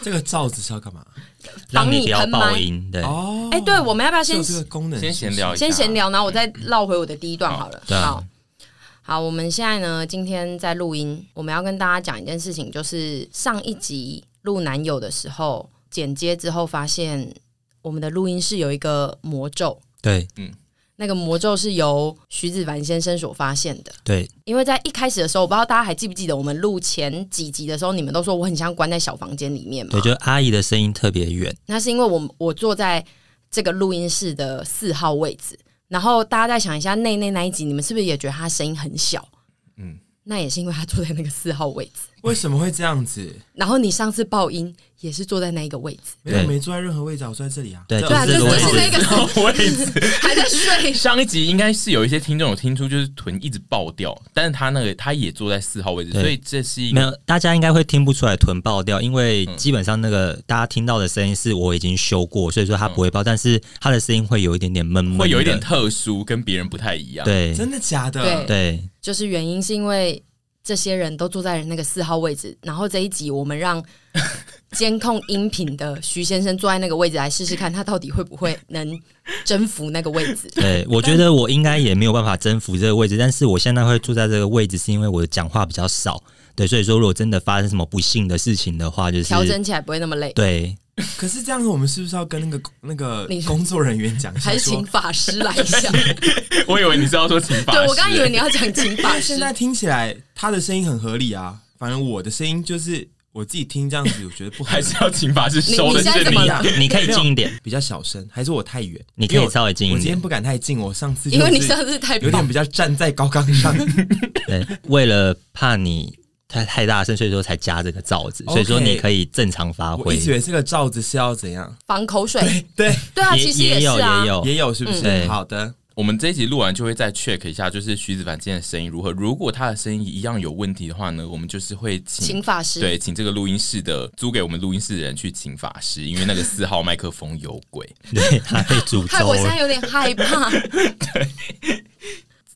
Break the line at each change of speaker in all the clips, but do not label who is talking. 这个罩子是要干嘛？
让
防
你
你
不要
喷
爆
麦
音。对，
哦，
哎、对，我们要不要
是
先
有这个功能，
先闲聊一下，
先闲聊，然后我再绕回我的第一段好了。
对啊
好，好，我们现在呢，今天在录音，我们要跟大家讲一件事情，就是上一集录男友的时候，剪接之后发现我们的录音室有一个魔咒，
对
嗯
那个魔咒是由徐子凡先生所发现的。
对
因为在一开始的时候，我不知道大家还记不记得，我们录前几集的时候，你们都说我很像关在小房间里面嘛
对，。就阿姨的声音特别远，
那是因为我我坐在这个录音室的四号位置，然后大家再想一下内内那一集，你们是不是也觉得他声音很小？
嗯，
那也是因为他坐在那个四号位置。
为什么会这样子？
然后你上次爆音也是坐在那一个位置，
没有，
对
没坐在任何位置啊，我坐在这里啊。
对
这
对啊，就
这
是
哦个位置
就是那个
位 置。。
还在睡
哦上一集应该是有一些听众有听出，就是臀一直爆掉，但是他那个他也坐在四号位置，
对
所以这是一
没
个
有大家应该会听不出来臀爆掉，因为基本上那个大家听到的声音是我已经修过，所以说它不会爆，但是它的声音会有一点点闷闷的，
会有一点啊特殊，跟别人不太一样。，
对
真的假的？
对
对
就是原因是因为这些人都坐在那个四号位置，然后这一集我们让监控音频的徐先生坐在那个位置来试试看，他到底会不会能征服那个位置。
对，我觉得我应该也没有办法征服这个位置，但是我现在会坐在这个位置，是因为我讲话比较少，对，所以说如果真的发生什么不幸的事情的话，就是
调整起来不会那么累。
对
可是这样子，我们是不是要跟那个那个
你
工作人员讲一下
还是
说
请？法师来一下？
我以为你是要说请法
对
师，
我刚刚以为你要讲请法师
现，在听起来他的声音很合理啊，反正我的声音就是我自己听这样子，我觉得不 合
还
理
是。要请法师收
你
的
你现在
是
怎
你
么了
一样
你可以近一点，
比较小声，还是我太远？
你可以稍微近一
我
点
今天不敢太近，我上次
因为你
就是
上次太
有点比较站在高岗上，
对，为了怕你太太大声，所以说才加这个罩子，所以说
OK
你可以正常发
我
挥
一。直以为这个罩子是要怎样？
防口水。
对，
对啊，
也
其实
也
是
有
啊
也。有，
也有是不是？
嗯
好的，
我们这一集录完就会再 check 一下，就是徐子凡今天的声音如何。如果他的声音一样有问题的话呢，我们就是会请
请法师，
对，请这个录音室的租给我们录音室的人去请法师，因为那个四号麦克风有鬼。
对，他被诅
害
咒
我现在
了。
有点害怕。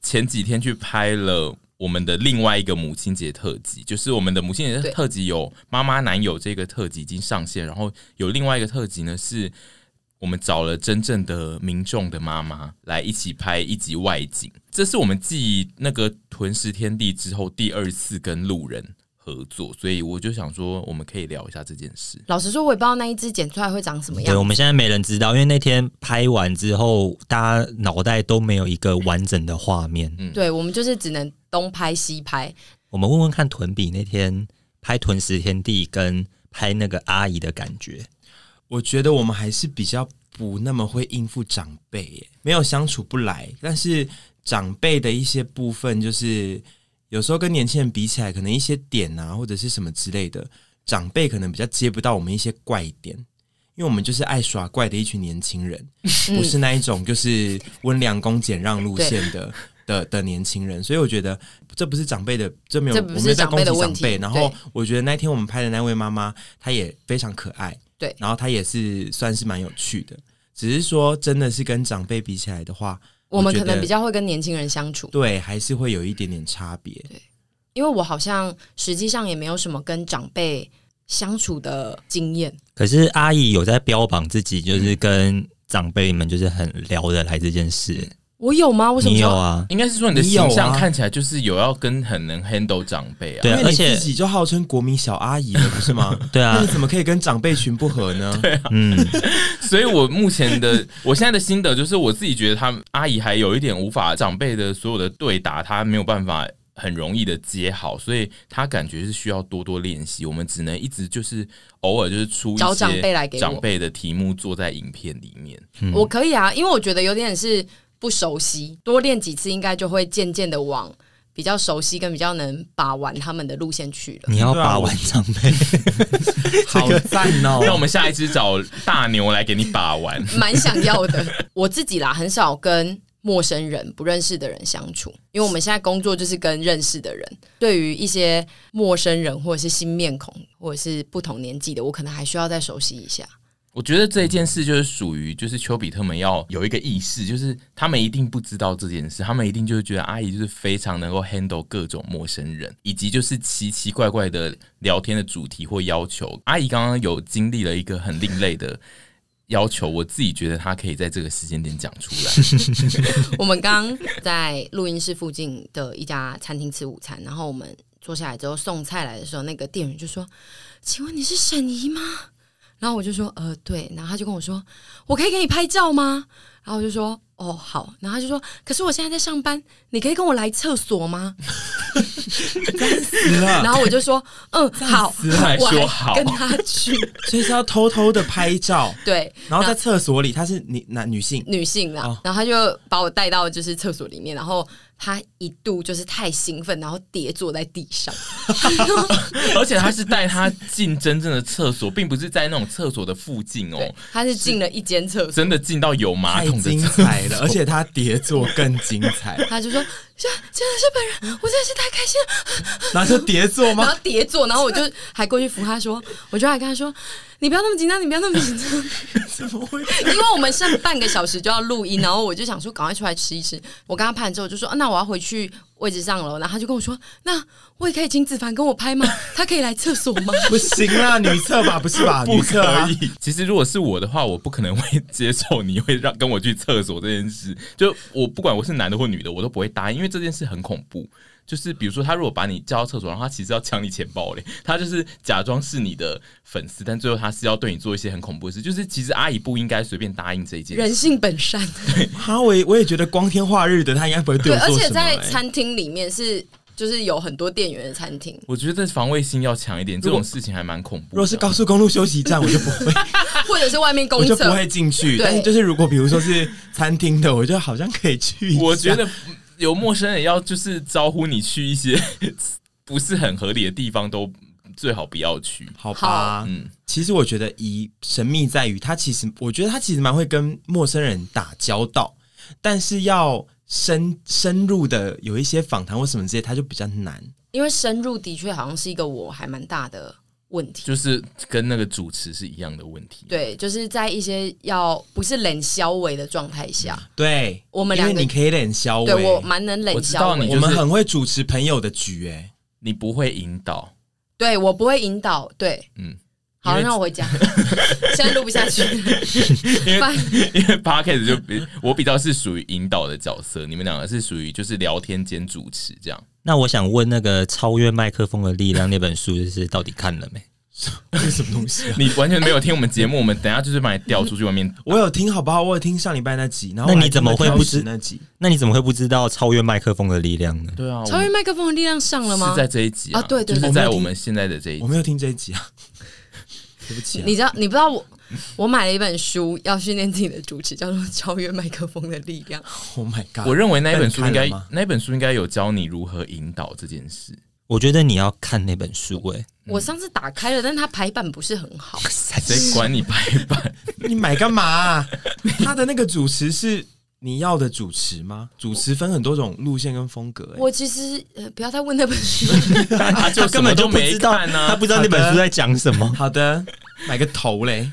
前几天去拍了我们的另外一个母亲节特辑，就是我们的母亲节
对
特辑有妈妈男友这个特辑已经上线，然后有另外一个特辑呢是。我们找了真正的民众的妈妈来一起拍一集外景，这是我们继那个《屯食天地》之后第二次跟路人合作，所以我就想说，我们可以聊一下这件事。
老实说，我也不知道那一只剪出来会长什么
对，我
样。
们现在没人知道，因为那天拍完之后，大家脑袋都没有一个完整的画面。
嗯
对，我们就是只能东拍西拍。
我们问问看屯比那天拍《屯食天地》跟拍那个阿姨的感觉。
我觉得我们还是比较不那么会应付长辈耶，没有相处不来。但是长辈的一些部分，就是有时候跟年轻人比起来，可能一些点啊，或者是什么之类的，长辈可能比较接不到我们一些怪点。因为我们就是爱耍怪的一群年轻人，
嗯
不是那一种就是温良恭俭让路线的的的年轻人，所以我觉得这不是长辈的，这没有，
这不是
我没有在
长
攻
辈
击
的问
长
题
辈。然后
对
我觉得那天我们拍的那位妈妈，她也非常可爱，
对
然后她也是算是蛮有趣的，只是说真的是跟长辈比起来的话，
我们
觉
可能
得
比较会跟年轻人相处，
对，还是会有一点点差别。
因为我好像实际上也没有什么跟长辈相处的经验。
可是阿姨有在标榜自己，就是跟长辈们就是很聊得来这件事。
我有吗？我什么
你
时
有
候？
啊？
应该是说你的
你有啊
形象看起来就是有要跟很能 handle 长辈啊，
对啊
因为
而
你
且
自己就号称国民小阿姨了，不是 吗？
对
那
啊
你，怎么可以跟长辈群不合呢？
嗯，
所以我目前的我现在的心得就是，我自己觉得他们阿姨还有一点无法长辈的所有的对答，她没有办法很容易的接好，所以她感觉是需要多多练习。我们只能一直就是偶尔就是出一
找
些
长辈来给我
长辈的题目做在影片里面。
我可以啊，因为我觉得有点是不熟悉，多练几次应该就会渐渐的往比较熟悉跟比较能把玩他们的路线去 了。
你要
对啊
把
我
玩长 辈。
好赞哦！
那我们下一次找大牛来给你把玩。
蛮想要的。我自己啦，很少跟陌生人、不认识的人相处，因为我们现在工作就是跟认识的人。对于一些陌生人或者是新面孔，或者是不同年纪的，我可能还需要再熟悉一下。
我觉得这一件事就是属于，就是丘比特们要有一个意识，就是他们一定不知道这件事，他们一定就是觉得阿姨就是非常能够 handle 各种陌生人，以及就是奇奇怪怪的聊天的主题或要求。阿姨刚刚有经历了一个很另类的要求，我自己觉得她可以在这个时间点讲出来。
我们刚在录音室附近的一家餐厅吃午餐，然后我们坐下来之后送菜来的时候，那个店员就说：“请问你是沈姨吗？”然后我就说：“呃，对。”然后他就跟我说：“我可以给你拍照吗？”然后我就说：“哦，好。”然后他就说：“可是我现在在上班，你可以跟我来厕所吗？”
死了
然后我就说：“嗯，好。”
还
我
说好
跟他去，
所以是要偷偷的拍照，
对，
然后在厕所里，她是女男女性，
女性啦，
哦
然后他就把我带到就是厕所里面，然后他一度就是太兴奋，然后跌坐在地上，
而且他是带她进真正的厕所，并不是在那种厕所的附近哦
对，，他是进了一间厕所，
真的进到有马
太
桶的
精
厕所。
彩了，而且她叠坐更精彩，
他就说：“这真的是本人，我真的是太开心了。”
然后就叠坐
然
吗？
后跌坐，然后我就还过去扶他说，我就还跟他说：“你不要那么紧张，你不要那么紧张。”
怎么会？
因为我们剩半个小时就要录音，然后我就想说赶快出来吃一吃。我跟他拍完之后就说、啊那我要回去位置上了。然后他就跟我说：“那我也可以请子凡跟我拍吗？他可以来厕所吗？”
不行啦，女厕吧， 不是吧？
不
女厕啊
可以。其实如果是我的话，我不可能会接受你会让跟我去厕所这件事。就我不管我是男的或女的，我都不会答应，因为这件事很恐怖。就是比如说，他如果把你叫到厕所，然后他其实要抢你钱包嘞，他就是假装是你的粉丝，但最后他是要对你做一些很恐怖的事。就是其实阿姨不应该随便答应这一件事。
人性本善，
哈，我也我也觉得光天化日的，她应该不会对
对，
我
而
做
且
什么、
在
欸。
餐厅里面是就是有很多店员的餐厅，
我觉得防卫心要强一点，这
如果
种事情还蛮恐怖的。
如果是高速公路休息站，我就不会，
或者是外面
我
公
就不
厕。
会进去。
对
但是就是如果比如说是餐厅的，我就好像可以去一下。
我觉得有陌生人要就是招呼你去一些 不是很合理的地方，都最好不要去。
好吧，
嗯，
其实我觉得姨神秘在于她其实，我觉得她其实蛮会跟陌生人打交道，但是要深深入的有一些访谈或什么之类，她就比较难。
因为深入的确好像是一个我还蛮大的问题。
就是跟那个主持是一样的问题。，
对，就是在一些要不是冷消委的状态下，
对，
我们
因
两
为
个
你可以冷消
对我
我
蛮能冷
嗯哦我知
消
道
委。
你
我
就是
们很会主持朋友的局、哎，
你不会引导，
对我不会引导，对，
嗯，因
好，
为
那我回 家，现在录不下去，
因为
反
因为 podcast 就比我比较是属于引导的角色，你们两个是属于就是聊天兼主持这样。
那我想问，那个《超越麦克风的力量》那本书，就是到底看了没？
这是什么东西啊？
你完全没有听我们节目，我们等一下就是把你调出去外面。
我有听好不好？我有听上礼拜那集，然后
那
我
你
还听
怎么
了
会
挑
不
食
知
那集？
那你怎么会不知道《超越麦克风的力量》呢？
对啊，我
超越
们
麦克风的力量上了吗
是？在这一集啊，
啊对对
就
对
是在我们现在的这一集
我。没有听这一集啊， 对不起、啊，
你知道，你不知道我， 我买了一本书，要训练自己的主持，叫做《超越麦克风的力量》。
Oh my god！
我认为那一本书应
那
该
你看了吗，
那一本书应该有教你如何引导这件事。
我觉得你要看那本书、欸，
我上次打开了，但它排版不是很好。
谁管你排版？
你买干嘛啊、他的那个主持是你要的主持吗？主持分很多种路线跟风格、欸。
我其实呃，不要再问那本书，
他就
他根本就不知道，
什么都没看啊
他不知道那本书在讲什么。
好的，买个头嘞。